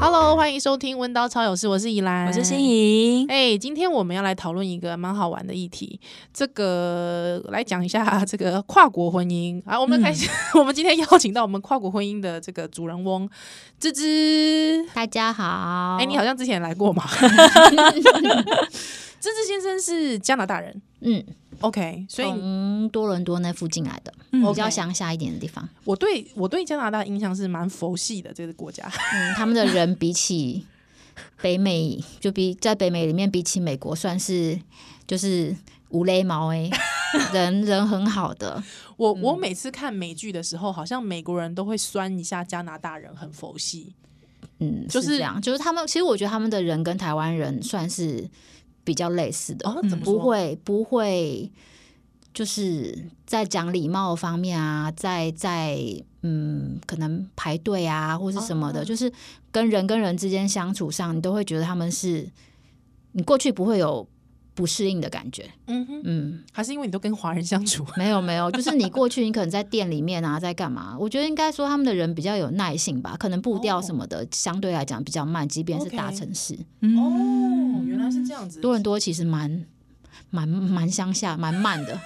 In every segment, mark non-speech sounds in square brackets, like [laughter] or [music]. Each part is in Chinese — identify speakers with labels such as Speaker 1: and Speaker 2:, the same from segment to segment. Speaker 1: Hello，欢迎收听《温刀超有事》，我是宜》，兰，
Speaker 2: 我是心。怡。
Speaker 1: 哎、今天我们要来讨论一个蛮好玩的议题，这个来讲一下这个跨国婚姻啊。我们
Speaker 2: 嗯
Speaker 1: 开始， [laughs] 我们今天邀请到我们跨国婚姻的这个主人翁芝芝。
Speaker 3: 大家好，
Speaker 1: 哎、你好，像之前也来过
Speaker 2: [laughs]
Speaker 1: 嘛？芝芝先生是加拿大人
Speaker 3: 嗯，
Speaker 1: ，OK，所以
Speaker 3: 从多伦多那附近来的，
Speaker 2: 哦嗯
Speaker 3: 比较
Speaker 1: OK
Speaker 3: 乡下一点的地方。
Speaker 1: 我对我对加拿大印象是蛮佛系的这个国家。
Speaker 3: 嗯，他们的人比起北美，就比在北美里面比起美国，算是就是无雷毛
Speaker 1: [laughs]
Speaker 3: 哎，人人很好的。
Speaker 1: 我我每次看美剧的时候，好像美国人都会酸一下加拿大人很佛系。
Speaker 3: 嗯，
Speaker 1: 就是
Speaker 3: 是这样，就是他们，其实我觉得他们的人跟台湾人算是比较类似的，
Speaker 1: 哦，怎么说？
Speaker 3: 不会不会，就是在讲礼貌方面啊，在在嗯，可能排队啊或是什么的，
Speaker 1: 哦
Speaker 3: 就是跟人跟人之间相处上，你都会觉得他们是你过去不会有不适应的感觉，
Speaker 1: 嗯哼，
Speaker 3: 嗯，
Speaker 1: 还是因为你都跟华人相处？
Speaker 3: 没有没有，就是你过去你可能在店里面啊，在干嘛？我觉得应该说他们的人比较有耐性吧，可能步调什么的、相对来讲比较慢，即便是大
Speaker 1: 哦 OK
Speaker 3: 城市。
Speaker 2: 嗯
Speaker 1: 哦，原来是这样子，
Speaker 3: 多伦多其实蛮蛮蛮乡下，蛮慢的。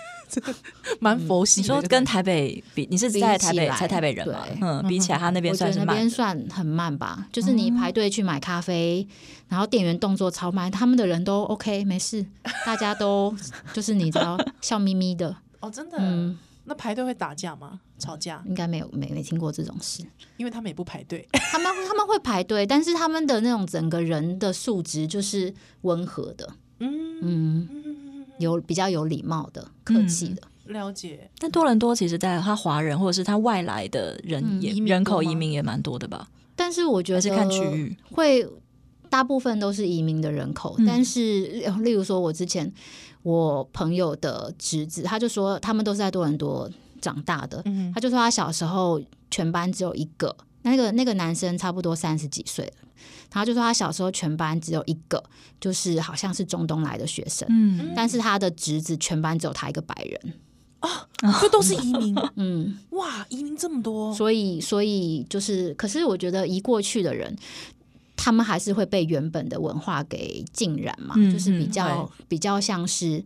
Speaker 1: 蛮佛系的
Speaker 2: 你
Speaker 1: 这
Speaker 2: 说
Speaker 1: 个
Speaker 2: 跟
Speaker 1: 感觉。
Speaker 2: 台北比，你是
Speaker 3: 比
Speaker 2: 在
Speaker 3: 起
Speaker 2: 台北
Speaker 3: 来
Speaker 2: 才台北人嘛
Speaker 3: 对？
Speaker 2: 嗯，比起来他那边
Speaker 3: 我觉
Speaker 2: 算
Speaker 3: 得
Speaker 2: 是
Speaker 3: 那
Speaker 2: 慢哦
Speaker 3: 边。算很慢吧，就是你排队去买咖啡，然后店员动作超慢，他们的人都 OK 没事，大家都
Speaker 2: [laughs]
Speaker 3: 就是你知道笑眯眯的，
Speaker 1: 哦，真的，
Speaker 3: 嗯，
Speaker 1: 那排队会打架吗？吵架？
Speaker 3: 应该没有没没听过这种事。
Speaker 1: 因为他们也不排队。
Speaker 3: 他们他们会排队，但是他们的那种整个人的素质就是温和的，
Speaker 1: 嗯，
Speaker 3: 嗯，有比较有礼貌的、客气的，
Speaker 2: 嗯
Speaker 1: 了解。
Speaker 2: 但多伦多其实在他华人或者是他外来的人
Speaker 3: 嗯
Speaker 2: 也
Speaker 1: 移民多
Speaker 2: 人口移
Speaker 1: 吗
Speaker 2: 民也蛮多的吧？
Speaker 3: 但是我觉
Speaker 2: 还
Speaker 3: 得
Speaker 2: 是看区域？
Speaker 3: 会大部分都是移民的人口，
Speaker 2: 嗯
Speaker 3: 但是呃例如说，我之前我朋友的侄子，他就说他们都是在多伦多长大的，
Speaker 1: 嗯
Speaker 3: 他就说他小时候全班只有一个，那个那个男生差不多三十几岁了，他就说他小时候全班只有一个，就是好像是中东来的学生。
Speaker 2: 嗯，
Speaker 3: 但是他的侄子全班只有他一个白人，
Speaker 1: 哼，这都是移民
Speaker 3: 嗯，
Speaker 1: 哇，移民这么
Speaker 2: 哦
Speaker 1: 多，
Speaker 3: 所以所以就是，可是我觉得移过去的人，他们还是会被原本的文化给浸染嘛，
Speaker 2: 嗯
Speaker 3: 就是比
Speaker 2: 嗯
Speaker 3: 较比较像是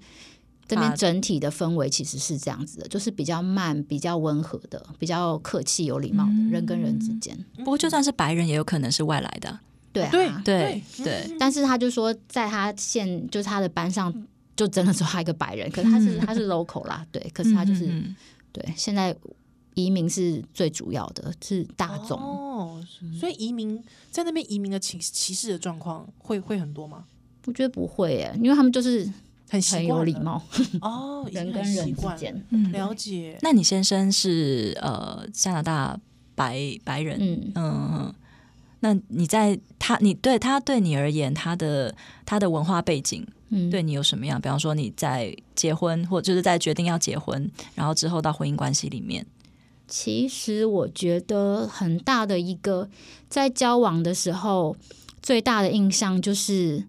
Speaker 3: 这
Speaker 2: 啊
Speaker 3: 边整体的氛围其实是这样子的，就是比较慢、比较温和的、比较客气、有礼貌的、
Speaker 2: 嗯
Speaker 3: 人跟人之间，
Speaker 2: 不过就算是白人，也有可能是外来的啊。
Speaker 3: 对啊，
Speaker 1: 嗯对
Speaker 2: 对对
Speaker 1: 嗯
Speaker 3: 但是他就说，在他现就是他的班上。就真的只有他一个白人，可是他是、
Speaker 2: 嗯
Speaker 3: 他是 local 啦，对，可是他啊就是、
Speaker 2: 嗯嗯
Speaker 3: 对，现在移民是最主要的，是大众。
Speaker 1: 哦，所以移民在那边移民的歧歧视的状况会会很多吗？
Speaker 3: 我觉得不会耶，因为他们就是
Speaker 1: 很习
Speaker 3: 很
Speaker 1: 惯
Speaker 3: 有礼
Speaker 1: 了
Speaker 3: 貌，
Speaker 1: 哦，已
Speaker 3: 人
Speaker 1: 经
Speaker 3: 跟
Speaker 1: 很
Speaker 3: 人
Speaker 1: 习
Speaker 3: 之
Speaker 1: 惯了
Speaker 3: 间，
Speaker 2: 嗯
Speaker 1: 了解。
Speaker 2: 那你先生是呃加拿大白白人，
Speaker 3: 嗯，
Speaker 2: 嗯，那你在他，你对他对你而言，他的他的文化背景
Speaker 3: 嗯
Speaker 2: 对你有什么样？比方说你在结婚，或就是在决定要结婚，然后之后到婚姻关系里面，
Speaker 3: 其实我觉得很大的一个在交往的时候最大的印象就是，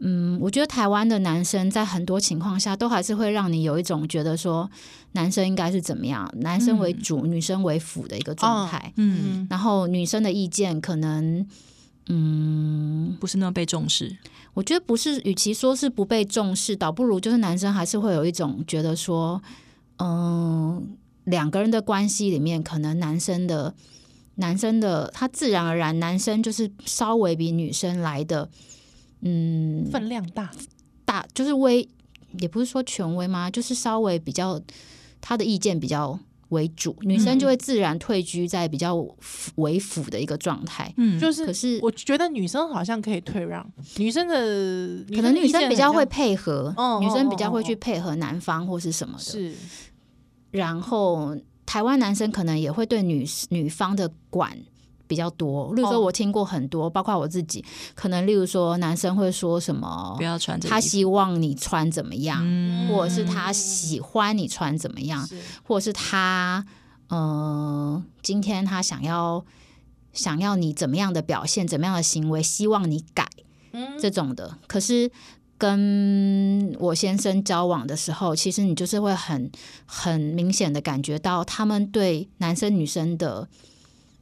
Speaker 3: 嗯，我觉得台湾的男生在很多情况下都还是会让你有一种觉得说男生应该是怎么样，男生
Speaker 1: 嗯
Speaker 3: 为主，女生为辅的一个
Speaker 1: 哦
Speaker 3: 状态。
Speaker 2: 嗯，
Speaker 3: 然后女生的意见可能，嗯，
Speaker 2: 不是那么被重视，
Speaker 3: 我觉得不是，与其说是不被重视，倒不如就是男生还是会有一种觉得说，嗯，两个人的关系里面，可能男生的男生的他自然而然，男生就是稍微比女生来的，嗯，
Speaker 1: 分量大，
Speaker 3: 大就是威，也不是说权威嘛，就是稍微比较他的意见比较为主，女生就会自然退居在比较为辅的一个状态。
Speaker 2: 嗯，
Speaker 1: 就
Speaker 3: 可
Speaker 1: 是
Speaker 3: 是
Speaker 1: 我觉得女生好像可以退让，女生的
Speaker 3: 可能
Speaker 1: 的
Speaker 3: 女
Speaker 1: 意见
Speaker 3: 生比较
Speaker 1: 很
Speaker 3: 会
Speaker 1: 像
Speaker 3: 配合
Speaker 1: 哦，
Speaker 3: 女生
Speaker 1: 哦
Speaker 3: 比较
Speaker 1: 哦
Speaker 3: 会
Speaker 1: 哦
Speaker 3: 去配合男方或是什么的。
Speaker 1: 是
Speaker 3: 然后台湾男生可能也会对女女方的管比较多，例如
Speaker 1: 哦
Speaker 3: 说我听过很多，包括我自己，可能例如说男生会说什么
Speaker 2: 不，要穿这个
Speaker 3: 他
Speaker 2: 衣服，
Speaker 3: 希望你穿怎么样，
Speaker 2: 嗯
Speaker 3: 啊或者是他喜欢你穿怎么样，
Speaker 1: 是
Speaker 3: 或者是他。呃，今天他想要想要你怎么样的表现，怎么样的行为，希望你改
Speaker 1: 嗯，
Speaker 3: 这种的。可是跟我先生交往的时候，其实你就是会很很明显的感觉到，他们对男生女生的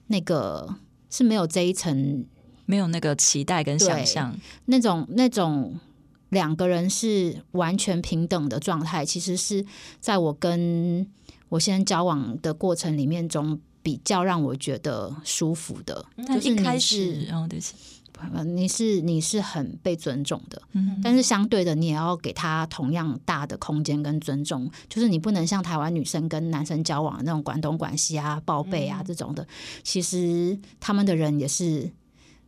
Speaker 3: 那个是没有这一层
Speaker 2: 没有那个期待跟想象，
Speaker 3: 那种那种两个人是完全平等的状态，其实是在我跟我先生交往的过程里面中。比较让我觉得舒服的，
Speaker 1: 嗯
Speaker 2: 但
Speaker 3: 就是
Speaker 2: 一
Speaker 3: 你
Speaker 2: 开
Speaker 3: 是
Speaker 2: 始，然后对不起，
Speaker 3: 你是你是很被尊重的，
Speaker 2: 嗯，
Speaker 3: 但是相对的，你也要给他同样大的空间跟尊重，就是你不能像台湾女生跟男生交往的那种管东管西啊、报备
Speaker 1: 嗯
Speaker 3: 啊这种的，其实他们的人也是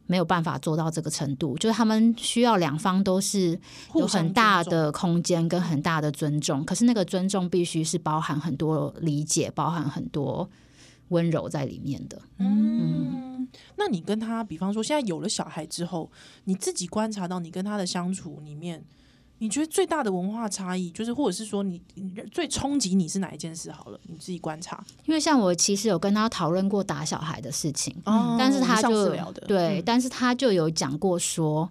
Speaker 3: 没有办法做到这个程度，就是他们需要两方都是有
Speaker 1: 互相
Speaker 3: 很大
Speaker 1: 尊重
Speaker 3: 的空间跟很大的尊重，可是那个尊重必须是包含很多理解，包含很多温柔在里面的。
Speaker 1: 嗯，那你跟他，比方说现在有了小孩之后，你自己观察到你跟他的相处里面，你觉得最大的文化差异，就是或者是说你你最冲击你是哪一件事？好了，你自己观察。
Speaker 3: 因为像我其实有跟他讨论过打小孩的事情，
Speaker 1: 哦
Speaker 3: 但是他
Speaker 1: 上
Speaker 3: 就
Speaker 1: 次聊的，嗯
Speaker 3: 对，但是他就有讲过说，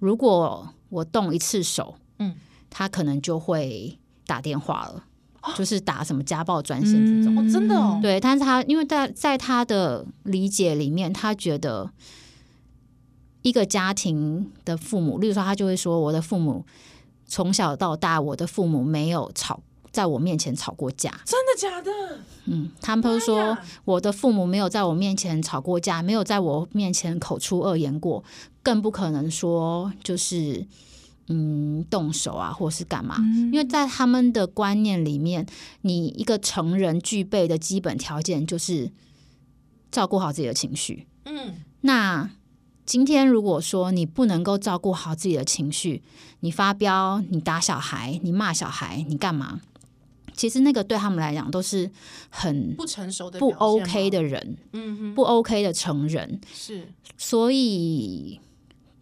Speaker 3: 如果我动一次手，
Speaker 1: 嗯，
Speaker 3: 他可能就会打电话了，就是打什么家暴专线这种。
Speaker 1: 哦，真的哦，
Speaker 3: 对，但是他因为在在他的理解里面，他觉得一个家庭的父母，例如说，他就会说我的父母从小到大，我的父母没有吵在我面前吵过架，
Speaker 1: 真的假的？
Speaker 3: 嗯，他们都
Speaker 1: 妈
Speaker 3: 说
Speaker 1: 呀
Speaker 3: 我的父母没有在我面前吵过架，没有在我面前口出恶言过，更不可能说就是嗯动手啊，或是干嘛。
Speaker 2: 嗯
Speaker 3: 因为在他们的观念里面，你一个成人具备的基本条件就是照顾好自己的情绪。
Speaker 1: 嗯，
Speaker 3: 那今天如果说你不能够照顾好自己的情绪，你发飙，你打小孩，你骂小孩，你干嘛？其实那个对他们来讲都是很
Speaker 1: 不成熟的
Speaker 3: 不
Speaker 1: 表现吗
Speaker 3: OK，的人，
Speaker 1: 嗯哼，
Speaker 3: 不 OK 的成人，
Speaker 1: 是
Speaker 3: 所以，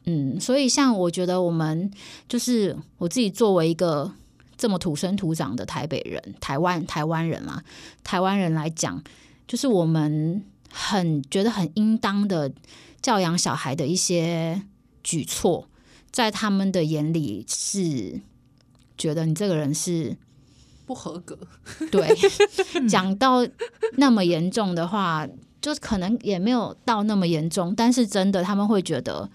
Speaker 3: 嗯，所以像我觉得我们就是我自己作为一个这么土生土长的台北人，台湾台湾人啦，台湾人来讲，就是我们很觉得很应当的教养小孩的一些举措，在他们的眼里是觉得你这个人是
Speaker 1: 不合格，
Speaker 3: 对，
Speaker 1: [laughs]
Speaker 3: 讲到那么严重的话，就可能也没有到那么严重，但是真的他们会觉得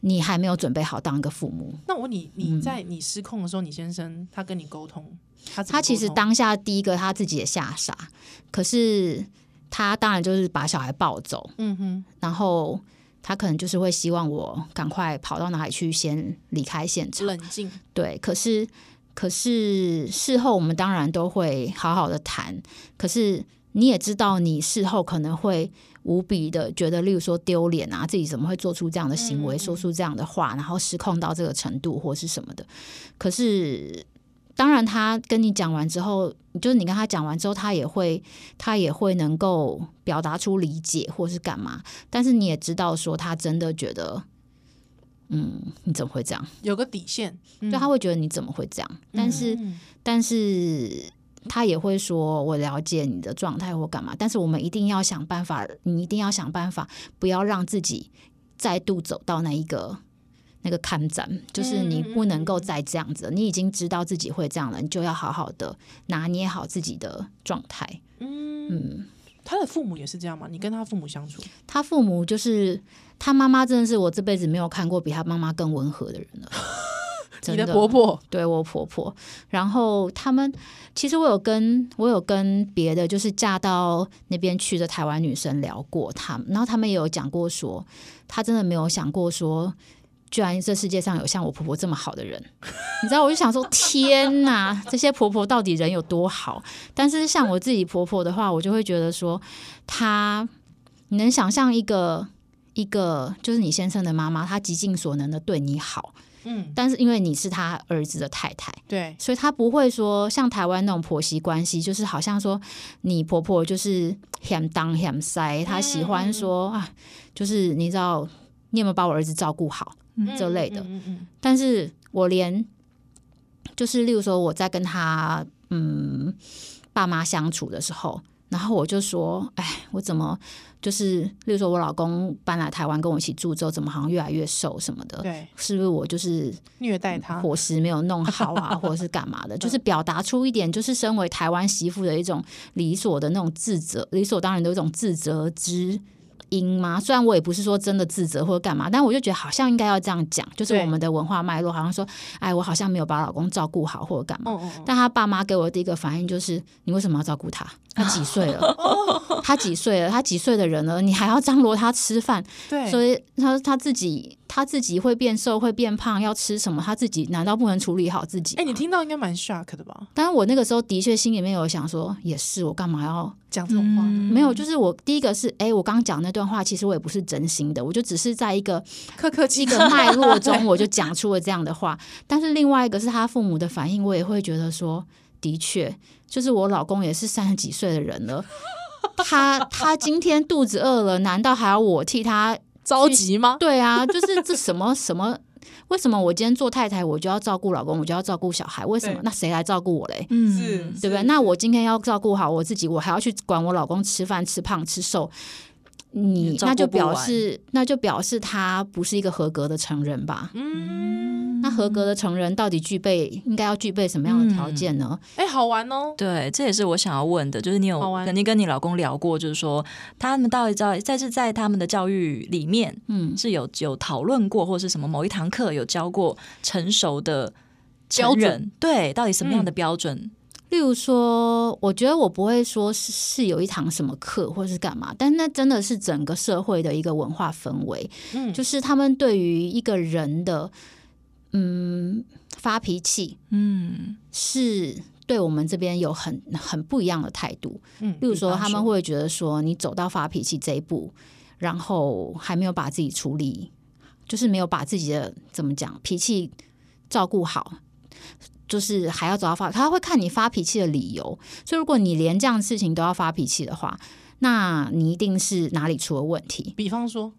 Speaker 3: 你还没有准备好当一个父母。
Speaker 1: 那我问你，
Speaker 3: 嗯
Speaker 1: 你在你失控的时候，你先生他跟你沟通，他怎么
Speaker 3: 他其实
Speaker 1: 沟通
Speaker 3: 当下第一个他自己也吓傻，可是他当然就是把小孩抱走，
Speaker 1: 嗯哼，
Speaker 3: 然后他可能就是会希望我赶快跑到哪里去，先离开现场。
Speaker 1: 冷静，
Speaker 3: 对，可是可是事后我们当然都会好好的谈，可是你也知道，你事后可能会无比的觉得，例如说丢脸啊，自己怎么会做出这样的行为，
Speaker 1: 嗯
Speaker 3: 说出这样的话，然后失控到这个程度或是什么的。可是。当然，他跟你讲完之后，就是你跟他讲完之后，他也会，他也会能够表达出理解或是干嘛。但是你也知道，说他真的觉得，嗯，你怎么会这样？
Speaker 1: 有个底线，嗯
Speaker 3: 就他会觉得你怎么会这样？但是，
Speaker 1: 嗯
Speaker 3: 但是他也会说，我了解你的状态或干嘛，但是我们一定要想办法，你一定要想办法，不要让自己再度走到那一个那个看展，就是
Speaker 1: 嗯
Speaker 3: 你不能够再这样子了，你已经知道自己会这样了，你就要好好的拿捏好自己的状态。嗯，
Speaker 1: 他的父母也是这样吗？你跟他父母相处，
Speaker 3: 他父母就是他妈妈，真的是我这辈子没有看过比他妈妈更温和的人了。
Speaker 1: [laughs] 你
Speaker 3: 真
Speaker 1: 的婆婆
Speaker 3: 对我婆婆，然后他们其实我有跟我有跟别的就是嫁到那边去的台湾女生聊过她们，然后他们也有讲过说，她真的没有想过说，居然这世界上有像我婆婆这么好的人， [laughs] 你知道，我就想说，天哪，这些婆婆到底人有多好？但是像我自己婆婆的话，我就会觉得说，她你能想象一个一个就是你先生的妈妈，她极尽所能的对你好，
Speaker 1: 嗯，
Speaker 3: 但是因为你是他儿子的太太，
Speaker 1: 对，
Speaker 3: 所以他不会说像台湾那种婆媳关系，就是好像说你婆婆就是嫌当嫌塞，她喜欢说啊，就是你知道你有没有把我儿子照顾好这类的。
Speaker 1: 嗯嗯
Speaker 3: 但是我连就是例如说我在跟他嗯爸妈相处的时候，然后我就说，哎，我怎么就是，例如说我老公搬来台湾跟我一起住之后，怎么好像越来越瘦什么的？
Speaker 1: 对，
Speaker 3: 是不是我就是
Speaker 1: 虐待他，
Speaker 3: 伙食没有弄好啊，或者是干嘛的，就是表达出一点，就是身为台湾媳妇的一种理所的那种自责，理所当然的一种自责之音嘛。虽然我也不是说真的自责或者干嘛，但我就觉得好像应该要这样讲，就是
Speaker 1: 对
Speaker 3: 我们的文化脉络好像说，哎，我好像没有把老公照顾好或者干嘛。
Speaker 1: 嗯嗯嗯，
Speaker 3: 但他爸妈给我的第一个反应就是：你为什么要照顾他？他几岁了？他几岁了？他几岁的人了？你还要张罗他吃饭？
Speaker 1: 对，
Speaker 3: 所以他他自己他自己会变瘦会变胖，要吃什么他自己难道不能处理好自己吗？
Speaker 1: 哎、你听到应该蛮 shock 的吧？
Speaker 3: 但是我那个时候的确心里面有想说，也是我干嘛要
Speaker 1: 讲这种话，
Speaker 2: 嗯
Speaker 3: 没有？就是我第一个是，哎，我刚讲那段话，其实我也不是真心的，我就只是在一个
Speaker 1: [laughs] 客客气
Speaker 3: 一个脉
Speaker 1: [laughs]
Speaker 3: 络中，我就讲出了这样的话。但是另外一个是他父母的反应，我也会觉得说，的确，就是我老公也是三十几岁的人了，他他今天肚子饿了，难道还要我替他
Speaker 1: 着急吗？
Speaker 3: 对啊，就是这什么什么，为什么我今天做太太，我就要照顾老公，我就要照顾小孩？为什么
Speaker 1: 对？
Speaker 3: 那谁来照顾我嘞？
Speaker 2: 嗯，
Speaker 1: 是，
Speaker 3: 对不对？那我今天要照顾好我自己，我还要去管我老公吃饭、吃胖、吃瘦。你
Speaker 2: 照顾
Speaker 3: 那就
Speaker 2: 不完
Speaker 3: 表示，那就表示他不是一个合格的成人吧？嗯，那合格的成人到底具备应该要具备什么样的条件呢？
Speaker 1: 哎、好玩哦，
Speaker 2: 对，这也是我想要问的，就是你有
Speaker 1: 好玩
Speaker 2: 肯定跟你老公聊过，就是说他们到底在在是在他们的教育里面
Speaker 3: 嗯，
Speaker 2: 是有有讨论过，或是什么某一堂课有教过成熟的成
Speaker 1: 标准
Speaker 2: 人，对，到底什么样的标准？
Speaker 3: 例如说，我觉得我不会说是是有一堂什么课或是干嘛，但那真的是整个社会的一个文化氛围。
Speaker 1: 嗯，
Speaker 3: 就是他们对于一个人的嗯发脾气，
Speaker 2: 嗯，
Speaker 3: 是对我们这边有很很不一样的态度。
Speaker 1: 嗯
Speaker 3: 例如说，
Speaker 2: 比方
Speaker 3: 他们
Speaker 2: 说
Speaker 3: 会觉得说，你走到发脾气这一步，然后还没有把自己处理，就是没有把自己的怎么讲脾气照顾好。就是还要走到发，他会看你发脾气的理由。所以如果你连这样的事情都要发脾气的话，那你一定是哪里出了问题。
Speaker 1: 比方说，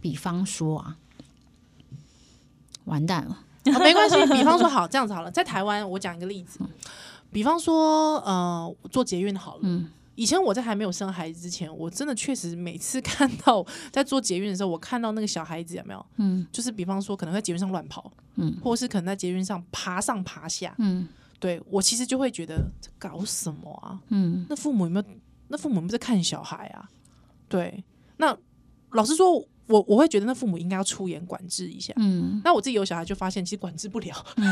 Speaker 3: 比方说啊，完蛋了，
Speaker 1: [laughs] 啊，没关系。比
Speaker 3: [laughs]
Speaker 1: 方说，好，这样子好了，在台湾，我讲一个例子，比方说，呃，做捷运好了。
Speaker 3: 嗯
Speaker 1: 以前我在还没有生孩子之前，我真的确实每次 [laughs] 看到在做捷运的时候，我看到那个小孩子有没有，
Speaker 3: 嗯
Speaker 1: 就是比方说可能在捷运上乱跑，
Speaker 3: 嗯
Speaker 1: 或是可能在捷运上爬上爬下，
Speaker 3: 嗯
Speaker 1: 对我其实就会觉得这搞什么啊？
Speaker 3: 嗯，
Speaker 1: 那父母有没有？那父母有没有在看小孩啊？对，那老实说，我我会觉得那父母应该要出言管制一下。
Speaker 3: 嗯
Speaker 1: 那我自己有小孩就发现，其实管制不了。 [laughs]
Speaker 3: 嗯，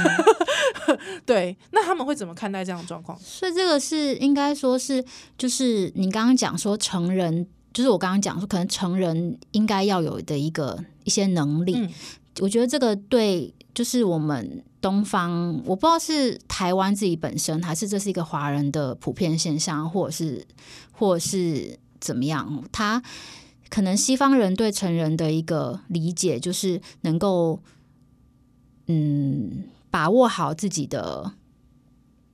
Speaker 3: [laughs]
Speaker 1: 对，那他们会怎么看待这样的状况？
Speaker 3: 所以这个是应该说是，就是你刚刚讲说成人，就是我刚刚讲说，可能成人应该要有的一个一些能力，
Speaker 1: 嗯
Speaker 3: 我觉得这个对，就是我们东方，我不知道是台湾自己本身，还是这是一个华人的普遍现象，或者是或者是怎么样，他可能西方人对成人的一个理解，就是能够嗯把握好自己的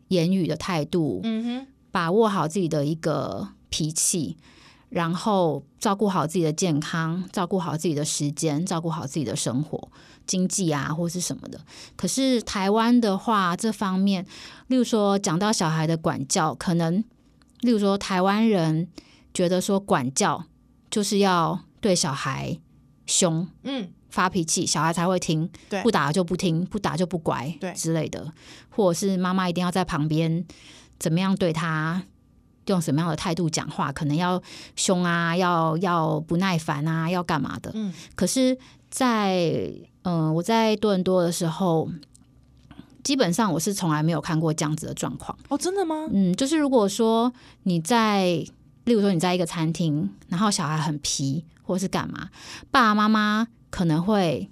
Speaker 3: 言语的态度，
Speaker 1: 嗯
Speaker 3: 把握好自己的一个脾气，然后照顾好自己的健康，照顾好自己的时间，照顾好自己的生活、经济啊，或是什么的。可是台湾的话，这方面，例如说讲到小孩的管教，可能例如说台湾人觉得说管教就是要对小孩凶，
Speaker 1: 哼，嗯，
Speaker 3: 发脾气，小孩才会听
Speaker 1: 对，
Speaker 3: 不打就不听，不打就不乖，
Speaker 1: 对
Speaker 3: 之类的，或者是妈妈一定要在旁边怎么样对他，用什么样的态度讲话，可能要凶啊，要要不耐烦啊，要干嘛的？
Speaker 1: 嗯，
Speaker 3: 可是在，嗯、我在多伦多的时候，基本上我是从来没有看过这样子的状况。
Speaker 1: 哦，真的吗？
Speaker 3: 嗯，就是如果说你在，例如说你在一个餐厅，然后小孩很皮或是干嘛，爸爸妈妈可能会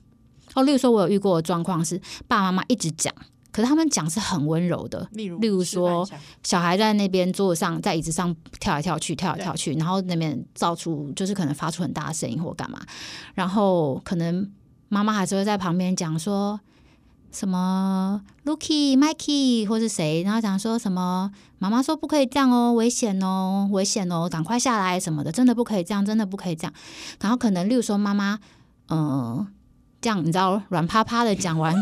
Speaker 3: 哦，例如说我有遇过的状况是，爸爸妈妈一直讲，可是他们讲是很温柔的，
Speaker 1: 例如，
Speaker 3: 例如
Speaker 1: 示范一
Speaker 3: 说
Speaker 1: 下
Speaker 3: 小孩在那边桌子上，在椅子上跳来跳去，跳来跳去，然后那边造出就是可能发出很大的声音或干嘛，然后可能妈妈还是会在旁边讲说什么 “Lucky、Mikey” 或是谁，然后讲说什么妈妈说不可以这样哦，危险哦，危险哦，赶快下来什么的，真的不可以这样，真的不可以这样。然后可能例如说妈妈，嗯、这样你知道软趴趴的讲完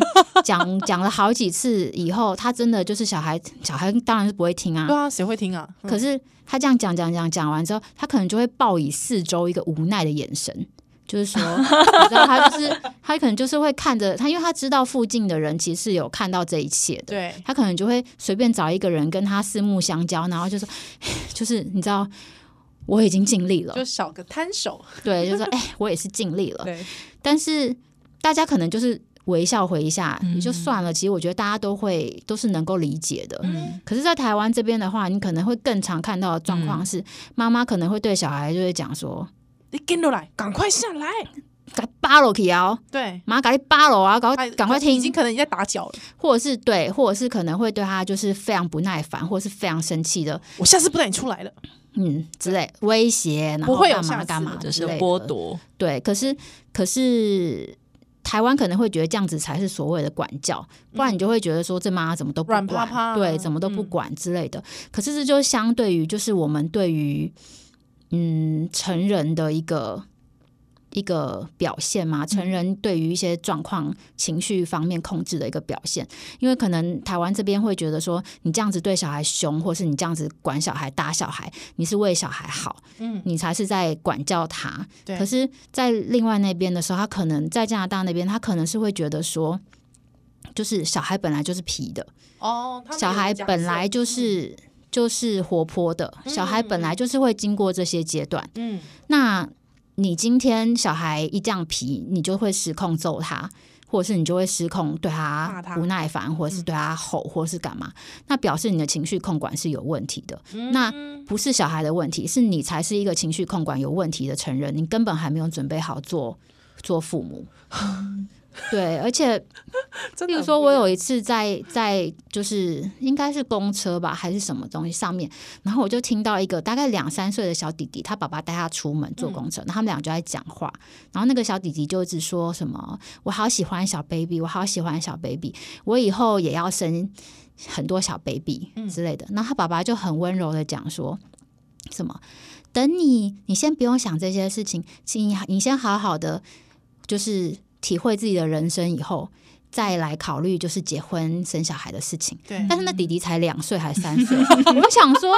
Speaker 3: 讲讲了好几次以后，他真的就是小孩，小孩当然是不会听啊
Speaker 1: 对。啊，谁会听啊？嗯
Speaker 3: 可是他这样讲讲讲讲完之后，他可能就会报以四周一个无奈的眼神，就是说，
Speaker 1: [laughs]
Speaker 3: 你知道他就是他可能就是会看着他，因为他知道附近的人其实有看到这一切
Speaker 1: 嗯
Speaker 3: 的，
Speaker 1: 对，
Speaker 3: 他可能就会随便找一个人跟他四目相交，然后就说， [sighs] 就是你知道。我已经尽力了
Speaker 1: 就，少个摊手， [laughs]
Speaker 3: 对，就说哎、我也是尽力了。
Speaker 1: 对，
Speaker 3: 但是大家可能就是微笑回一下
Speaker 2: 嗯
Speaker 3: 也就算了。其实我觉得大家都会都是能够理解的。
Speaker 2: 嗯
Speaker 3: 可是，在台湾这边的话，你可能会更常看到的状
Speaker 1: 嗯
Speaker 3: 况是，妈妈可能会对小孩就会讲说
Speaker 1: 你跟着来，赶快下来，：“
Speaker 3: 赶扒楼去啊，
Speaker 1: 对，
Speaker 3: 妈赶快扒楼啊，赶快
Speaker 1: 哎
Speaker 3: 赶快
Speaker 1: 已经
Speaker 3: 听。
Speaker 1: 可能已经在打搅了，”
Speaker 3: 或者是对，或者是可能会对他就是非常不耐烦，或者是非常生气的，
Speaker 1: 我下次不带你出来了，
Speaker 3: 嗯之类威胁，然后
Speaker 1: 不会有
Speaker 3: 干
Speaker 1: 下
Speaker 3: 嘛
Speaker 1: 次
Speaker 3: 干嘛
Speaker 1: 的
Speaker 2: 就是
Speaker 3: 之类的
Speaker 2: 剥夺，
Speaker 3: 对，可是可是台湾可能会觉得这样子才是所谓的管教，不然你就会觉得说这妈怎么都不管，
Speaker 1: 嗯软趴趴啊
Speaker 3: 对，怎么都不
Speaker 1: 嗯
Speaker 3: 管之类的。可是这就相对于就是我们对于嗯成人的一个。一个表现嘛，成
Speaker 1: 嗯
Speaker 3: 人对于一些状况、情绪方面控制的一个表现，因为可能台湾这边会觉得说，你这样子对小孩凶，或是你这样子管小孩、打小孩，你是为小孩好，
Speaker 1: 嗯，
Speaker 3: 你才是在管教他。
Speaker 1: 对
Speaker 3: 可是，在另外那边的时候，他可能在加拿大那边，他可能是会觉得说，就是小孩本来就是皮的，
Speaker 1: 哦，他们
Speaker 3: 小孩
Speaker 1: 有假设
Speaker 3: 本来就，是、就是活泼的，小孩本来就是会经过这些阶段。
Speaker 1: 嗯，
Speaker 3: 那你今天小孩一这样皮，你就会失控揍他，或者是你就会失控对
Speaker 1: 骂
Speaker 3: 他
Speaker 1: 他嗯
Speaker 3: 不耐烦，或者是对他吼，或者是干嘛？那表示你的情绪控管是有问题的。
Speaker 1: 嗯
Speaker 3: 那不是小孩的问题，是你才是一个情绪控管有问题的成人，你根本还没有准备好做做
Speaker 1: [laughs]
Speaker 3: 父母。对，而且
Speaker 1: 真
Speaker 3: 比
Speaker 1: 的
Speaker 3: 如
Speaker 1: 很
Speaker 3: 说，
Speaker 1: 不
Speaker 3: 我
Speaker 1: 一样
Speaker 3: 有一次在在就是应该是公车吧，还是什么东西上面，然后我就听到一个大概两三岁的小弟弟，他爸爸带他出门坐公车，然后他们俩就在讲话，然后那个小弟弟就一直说什么“我好喜欢小 baby，我好喜欢小 baby，我以后也要生很多小 baby 之类的”，然后他爸爸就很温柔的讲说什么。等你，你先不用想这些事情，请你你先好好的，就是体会自己的人生以后，再来考虑就是结婚生小孩的事情。
Speaker 1: 对
Speaker 3: 但是那弟弟才两岁还三岁，我就想说，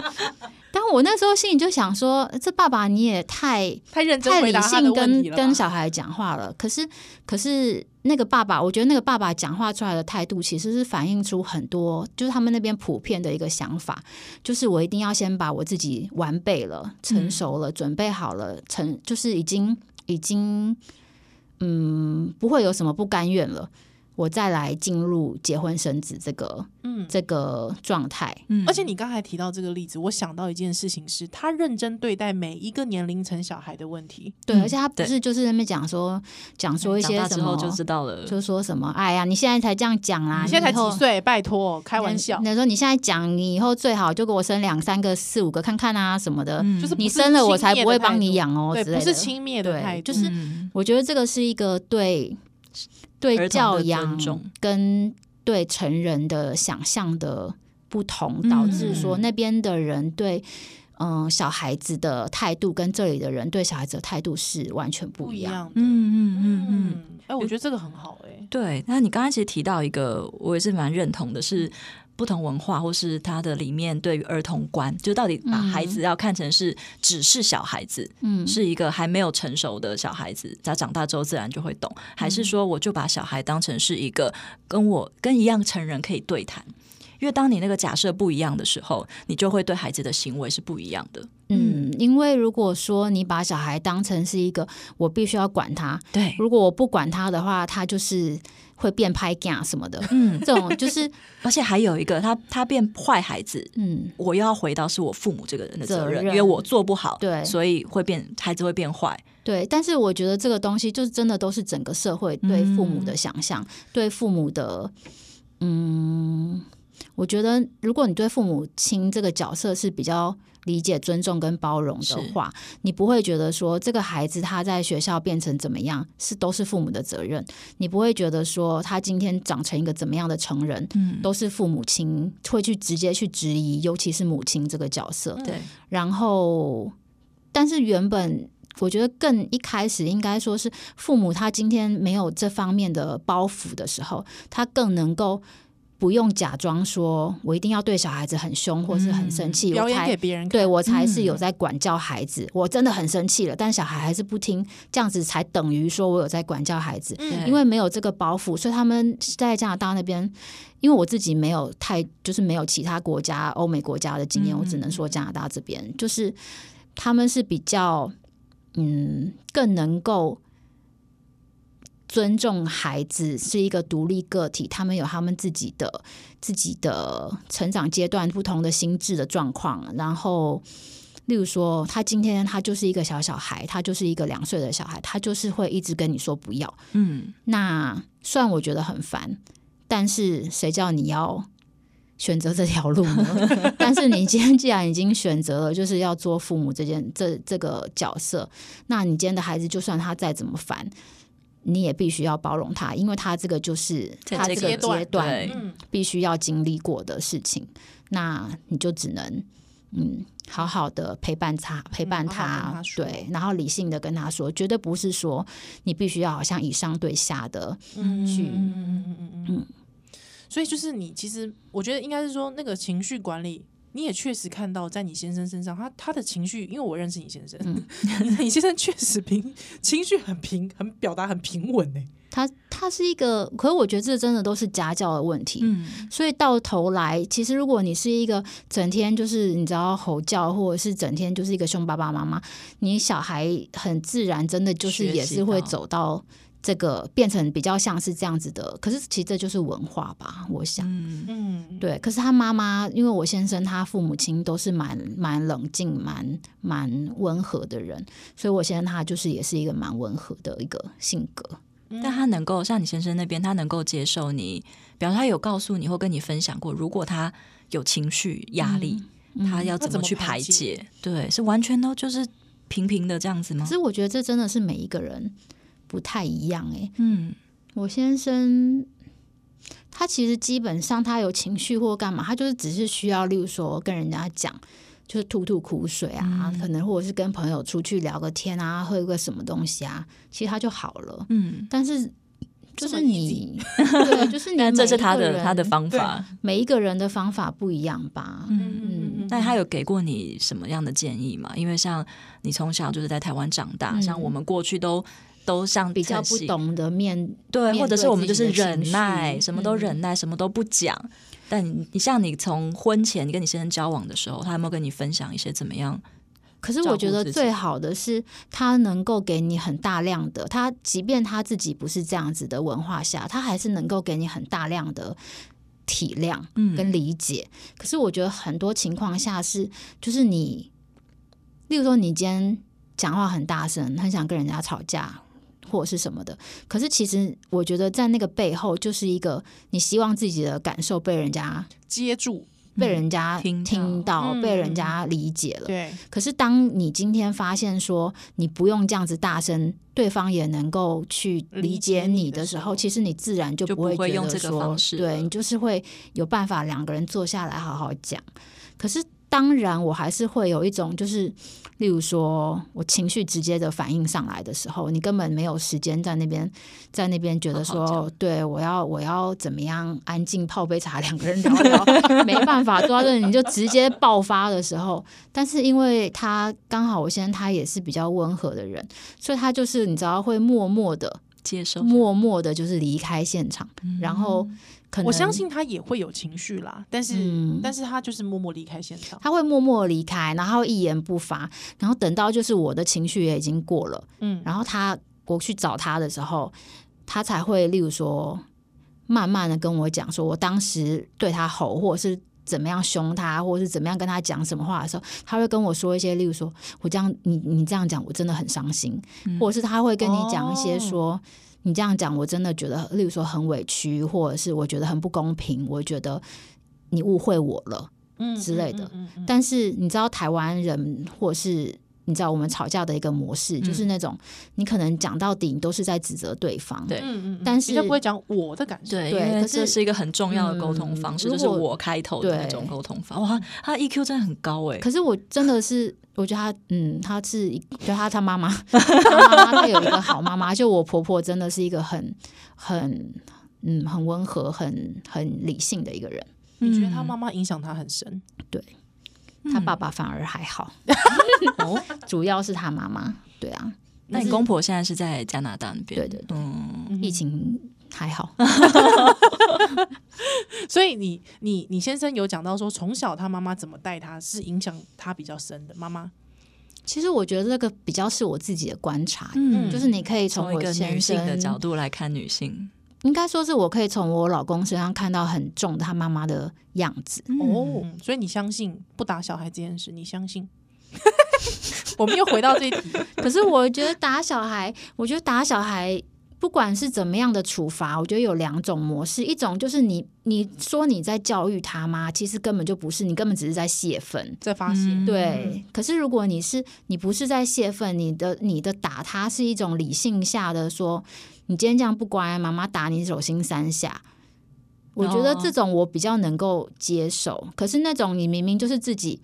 Speaker 3: [laughs] 但我那时候心里就想说，呃这爸爸你也太
Speaker 1: 太认真
Speaker 3: 太
Speaker 1: 回
Speaker 3: 理
Speaker 1: 答他
Speaker 3: 性
Speaker 1: 的问
Speaker 3: 跟
Speaker 1: 题了吧，
Speaker 3: 跟小孩讲话了。可是可是那个爸爸，我觉得那个爸爸讲话出来的态度，其实是反映出很多，就是他们那边普遍的一个想法，就是我一定要先把我自己完备了、成熟了、准备好了，成就是已经已经嗯不会有什么不甘愿了。我再来进入结婚生子这个
Speaker 1: 嗯，
Speaker 3: 这个状态，
Speaker 2: 嗯
Speaker 1: 而且你刚才提到这个例子，我想到一件事情是，他认真对待每一个年龄层小孩的问题。
Speaker 3: 对，
Speaker 2: 嗯
Speaker 3: 而且他不
Speaker 2: 对
Speaker 3: 是就是在那边讲说讲说
Speaker 1: 哎
Speaker 3: 一
Speaker 2: 长
Speaker 3: 些
Speaker 2: 大
Speaker 3: 什
Speaker 2: 之后
Speaker 3: 么，
Speaker 2: 就知道了，
Speaker 3: 就说什么哎呀，你现在才这样讲啦，
Speaker 1: 你现在才
Speaker 3: 以后
Speaker 1: 几？岁？拜托，开玩笑，
Speaker 3: 那说你现在讲，你以后最好就给我生两三个、四五个看看啊什么的。
Speaker 2: 嗯
Speaker 1: 就是不
Speaker 3: 你
Speaker 1: 是
Speaker 3: 生了我
Speaker 1: 轻
Speaker 3: 才
Speaker 1: 蔑
Speaker 3: 不
Speaker 1: 的
Speaker 3: 会
Speaker 1: 态
Speaker 3: 帮你
Speaker 1: 度
Speaker 3: 养哦
Speaker 1: 对，
Speaker 3: 之类
Speaker 1: 不
Speaker 3: 的。
Speaker 1: 是轻蔑的
Speaker 3: 对
Speaker 1: 态度，
Speaker 3: 就是
Speaker 2: 嗯
Speaker 3: 我觉得这个是一个
Speaker 2: 儿
Speaker 3: 对对
Speaker 2: 童的
Speaker 3: 教养
Speaker 2: 尊重
Speaker 3: 跟对成人的想象的不同，
Speaker 2: 嗯
Speaker 3: 导致说那边的人对嗯、呃小孩子的态度跟这里的人对小孩子的态度是完全不
Speaker 1: 不
Speaker 3: 一
Speaker 1: 一
Speaker 3: 样。
Speaker 1: 样的。
Speaker 2: 嗯嗯嗯嗯，
Speaker 1: 嗯，哎，我觉得这个很好，哎，
Speaker 2: 对。那你刚刚其实提到一个，我也是蛮认同的是。不同文化或是它的里面对于儿童观，就到底把孩子要看成是只是小孩子，
Speaker 3: 嗯，
Speaker 2: 是一个还没有成熟的小孩子，他长大之后自然就会懂，还是说我就把小孩当成是一个跟我跟一样成人可以对谈？因为当你那个假设不一样的时候，你就会对孩子的行为是不一样的。
Speaker 3: 嗯，因为如果说你把小孩当成是一个我必须要管他，
Speaker 2: 对，
Speaker 3: 如果我不管他的话，他就是会变拍 g 什么的， [laughs]
Speaker 2: 嗯，
Speaker 3: 这种就是
Speaker 2: 而且还有一个，他他变坏孩子，
Speaker 3: 嗯
Speaker 2: 我又要回到是我父母这个人的责任，
Speaker 3: 责任
Speaker 2: 因为我做不好，
Speaker 3: 对
Speaker 2: 所以会变孩子会变坏。
Speaker 3: 对。但是我觉得这个东西就是真的都是整个社会对父母的想象，对父母的嗯，我觉得如果你对父母亲这个角色是比较。理解、尊重跟包容的
Speaker 2: 是
Speaker 3: 话，你不会觉得说这个孩子他在学校变成怎么样是都是父母的责任，你不会觉得说他今天长成一个怎么样的成人，
Speaker 2: 嗯，
Speaker 3: 都是父母亲会去直接去质疑，尤其是母亲这个角色。
Speaker 2: 对，
Speaker 3: 然后，但是原本我觉得更一开始应该说是父母他今天没有这方面的包袱的时候，他更能够不用假装说我一定要对小孩子很凶或是很生
Speaker 1: 嗯
Speaker 3: 气，
Speaker 1: 表
Speaker 3: 我
Speaker 1: 演给
Speaker 3: 才
Speaker 1: 别人看，嗯
Speaker 3: 对我才是有在管教孩子。我真的很生气了，但小孩还是不听，这样子才等于说我有在管教孩子。
Speaker 1: 嗯
Speaker 2: 对
Speaker 3: 因为没有这个包袱，所以他们在加拿大那边，因为我自己没有太就是没有其他国家欧美国家的经验，
Speaker 2: 嗯
Speaker 3: 我只能说加拿大这边就是他们是比较嗯更能够尊重孩子是一个独立个体，他们有他们自己的自己的成长阶段不同的心智的状况，然后。例如说，他今天他就是一个小小孩，他就是一个两岁的小孩，他就是会一直跟你说不要，
Speaker 2: 嗯，
Speaker 3: 那虽然我觉得很烦，但是谁叫你要选择这条路
Speaker 1: [laughs]
Speaker 3: 呢？但是你今天既然已经选择了，就是要做父母这件这这个角色，那你今天的孩子就算他再怎么烦，你也必须要包容他，因为他这个就是
Speaker 2: 在
Speaker 3: 他
Speaker 2: 这个
Speaker 3: 这个
Speaker 1: 阶
Speaker 3: 阶
Speaker 2: 段
Speaker 3: 段
Speaker 1: 嗯，
Speaker 3: 必须要经历过的事情，那你就只能嗯好好的陪伴他，陪伴
Speaker 1: 好嗯好跟
Speaker 3: 他，
Speaker 1: 他说
Speaker 3: 对，然后理性的跟他说，绝对不是说你必须要好像以上对下的，
Speaker 1: 嗯
Speaker 3: 去
Speaker 1: 嗯嗯嗯嗯嗯嗯。所以就是你，其实我觉得应该是说，那个情绪管理，你也确实看到在你先生身上，他他的情绪，因为我认识你先生， [laughs] 你先生确实平情绪很平，很表达很平稳欸呢、
Speaker 3: 他他是一个，可是我觉得这真的都是家教的问题。
Speaker 2: 嗯，
Speaker 3: 所以到头来，其实如果你是一个整天就是你知道吼叫，或者是整天就是一个凶巴巴妈妈，你小孩很自然真的就是
Speaker 2: 学习
Speaker 3: 也是会
Speaker 2: 到
Speaker 3: 走到这个变成比较像是这样子的。可是其实这就是文化吧，我想。
Speaker 2: 嗯，
Speaker 1: 嗯，
Speaker 3: 对，可是他妈妈，因为我先生他父母亲都是蛮蛮冷静、蛮蛮温和的人，所以我先生他就是也是一个蛮温和的一个性格。
Speaker 2: 但他能够像你先生那边，他能够接受你，比方说他有告诉你或跟你分享过，如果他有情绪压力，
Speaker 3: 嗯
Speaker 2: 他要怎么去排
Speaker 1: 那怎
Speaker 2: 解？对，是完全都就是平平的这样子吗
Speaker 3: 可？是我觉得这真的是每一个人不太一样诶、
Speaker 2: 嗯，
Speaker 3: 我先生他其实基本上他有情绪或干嘛，他就是只是需要，例如说跟人家讲，就是吐吐苦水啊，
Speaker 2: 嗯
Speaker 3: 可能或者是跟朋友出去聊个天啊，喝个什么东西啊，其实他就好了。
Speaker 2: 嗯，
Speaker 3: 但是就
Speaker 1: 这么
Speaker 3: 是你，对，
Speaker 2: [laughs]
Speaker 3: 就是你每一
Speaker 2: 但
Speaker 3: 个人，
Speaker 2: 这是他的他的方法。
Speaker 3: 每一个人的方法不一样吧？
Speaker 1: 嗯
Speaker 2: 那他有给过你什么样的建议吗？因为像你从小就是在台湾长大，
Speaker 3: 嗯
Speaker 2: 像我们过去都都像
Speaker 3: 比较不
Speaker 2: 晨曦
Speaker 3: 懂得面
Speaker 2: 对，
Speaker 3: 面
Speaker 2: 或者是
Speaker 3: 对
Speaker 2: 我们就
Speaker 3: 自己
Speaker 2: 是
Speaker 3: 的
Speaker 2: 忍
Speaker 3: 情
Speaker 2: 耐，
Speaker 3: 绪嗯
Speaker 2: 什么都忍耐，什么都不讲。但你你像你从婚前你跟你先生交往的时候，他有没有跟你分享一些怎么样？
Speaker 3: 可是我觉
Speaker 2: 照顾
Speaker 3: 得
Speaker 2: 自己
Speaker 3: 最好的是，他能够给你很大量的，他即便他自己不是这样子的文化下，他还是能够给你很大量的体谅
Speaker 2: 嗯
Speaker 3: 跟理解。可是我觉得很多情况下是，就是你，例如说你今天讲话很大声，很想跟人家吵架。或者是什么的，可是其实我觉得在那个背后，就是一个你希望自己的感受被人家、
Speaker 1: 接住，
Speaker 3: 被人家
Speaker 2: 听到
Speaker 3: 听到、
Speaker 1: 嗯
Speaker 3: 被人家理解了。
Speaker 1: 对，
Speaker 3: 可是，当你今天发现说你不用这样子大声，对方也能够去理
Speaker 1: 理解
Speaker 3: 解你的时
Speaker 1: 你的时
Speaker 3: 候，
Speaker 1: 候
Speaker 3: 其实你自然就
Speaker 2: 就不
Speaker 3: 会
Speaker 2: 会
Speaker 3: 觉得
Speaker 2: 用这个
Speaker 3: 说
Speaker 2: 方式了
Speaker 3: 对你就是会有办法两个人坐下来好好讲。可是，当然我还是会有一种就是，例如说我情绪直接的反应上来的时候，你根本没有时间在那边在那边觉得说， [laughs]
Speaker 2: 好好
Speaker 3: 哦对我要我要怎么样安静泡杯茶，两个人聊一聊，没办法做到这里，你就直接爆发的时候。但是因为他刚好我先生他也是比较温和的人，所以他就是你知道会默默的、
Speaker 2: 接受？
Speaker 3: 默默的，就是离开现场，然后可能
Speaker 1: 我
Speaker 2: 嗯
Speaker 1: 相信他也会有情绪啦，但是、
Speaker 3: 嗯
Speaker 1: 但是他就是默默离开现场，
Speaker 3: 他会默默地离开，然后一言不发，然后等到就是我的情绪也已经过了，
Speaker 1: 嗯，
Speaker 3: 然后他我去找他的时候，他才会，例如说，慢慢的跟我讲，说我当时对他吼，或者是怎么样凶他，或者是怎么样跟他讲什么话的时候，他会跟我说一些，例如说我这样，你你这样讲，我真的很伤心，或者是他会跟你讲一些说。你这样讲，我真的觉得，例如说很委屈，或者是我觉得很不公平，我觉得你误会我了。
Speaker 1: 嗯
Speaker 3: 之类的
Speaker 1: 嗯嗯嗯
Speaker 3: 但是你知道台湾人或是你知道我们吵架的一个模
Speaker 2: 嗯
Speaker 3: 式，就是那种你可能讲到底，你都是在指责对方。
Speaker 2: 对
Speaker 1: 嗯嗯嗯，
Speaker 3: 但是
Speaker 1: 比较不会讲我的感受，
Speaker 2: 对，
Speaker 3: 对
Speaker 2: 因为
Speaker 3: 可是
Speaker 2: 这是一个很重要的沟通方式，
Speaker 3: 嗯
Speaker 2: 就是
Speaker 3: 如果
Speaker 2: 我开头的那种
Speaker 3: 对
Speaker 2: 沟通法。哇，他 EQ E 真的很高哎、
Speaker 3: 可是我真的是，我觉得他，嗯，他是一，就他他
Speaker 2: [laughs]
Speaker 3: 妈妈，他妈妈他有一个好妈妈，就我婆婆真的是一个很很嗯很温和、很很理性的一个人，
Speaker 1: 你觉得
Speaker 2: 嗯
Speaker 1: 他妈妈影响他很深？
Speaker 3: 他爸爸反而还
Speaker 2: [laughs]
Speaker 3: 好，
Speaker 2: 哦，
Speaker 3: 主要是他妈妈，对啊，
Speaker 2: 那你公婆现在是在加拿大那边？
Speaker 3: 对对对
Speaker 2: 嗯，
Speaker 3: 疫情还好，
Speaker 1: 所以你你你先生有讲到说，从小他妈妈怎么带他，是影响他比较深的妈妈。
Speaker 3: 其实我觉得这个比较是我自己的观察，
Speaker 2: 嗯
Speaker 3: 就是你可以从
Speaker 2: 从一
Speaker 3: 我
Speaker 2: 个
Speaker 3: 先
Speaker 2: 女性
Speaker 3: 生
Speaker 2: 的角度来看女性，
Speaker 3: 应该说是我可以从我老公身上看到很重他妈妈的样子，
Speaker 2: 嗯
Speaker 1: 哦，所以你相信不打小孩这件事，你相信？ [laughs] 我们又回到这一题，
Speaker 3: 可是我觉得打小孩，我觉得打小孩。不管是怎么样的处罚，我觉得有两种模式，一种就是你你说你在教育他吗？其实根本就不是，你根本只是在泄愤。
Speaker 1: 在发泄。
Speaker 2: 嗯
Speaker 3: 对，可是如果你是你不是在泄愤，你的你的打他是一种理性下的说，你今天这样不乖，妈妈打你手心三下。我觉得
Speaker 2: 哦
Speaker 3: 这种我比较能够接受，可是那种你明明就是自己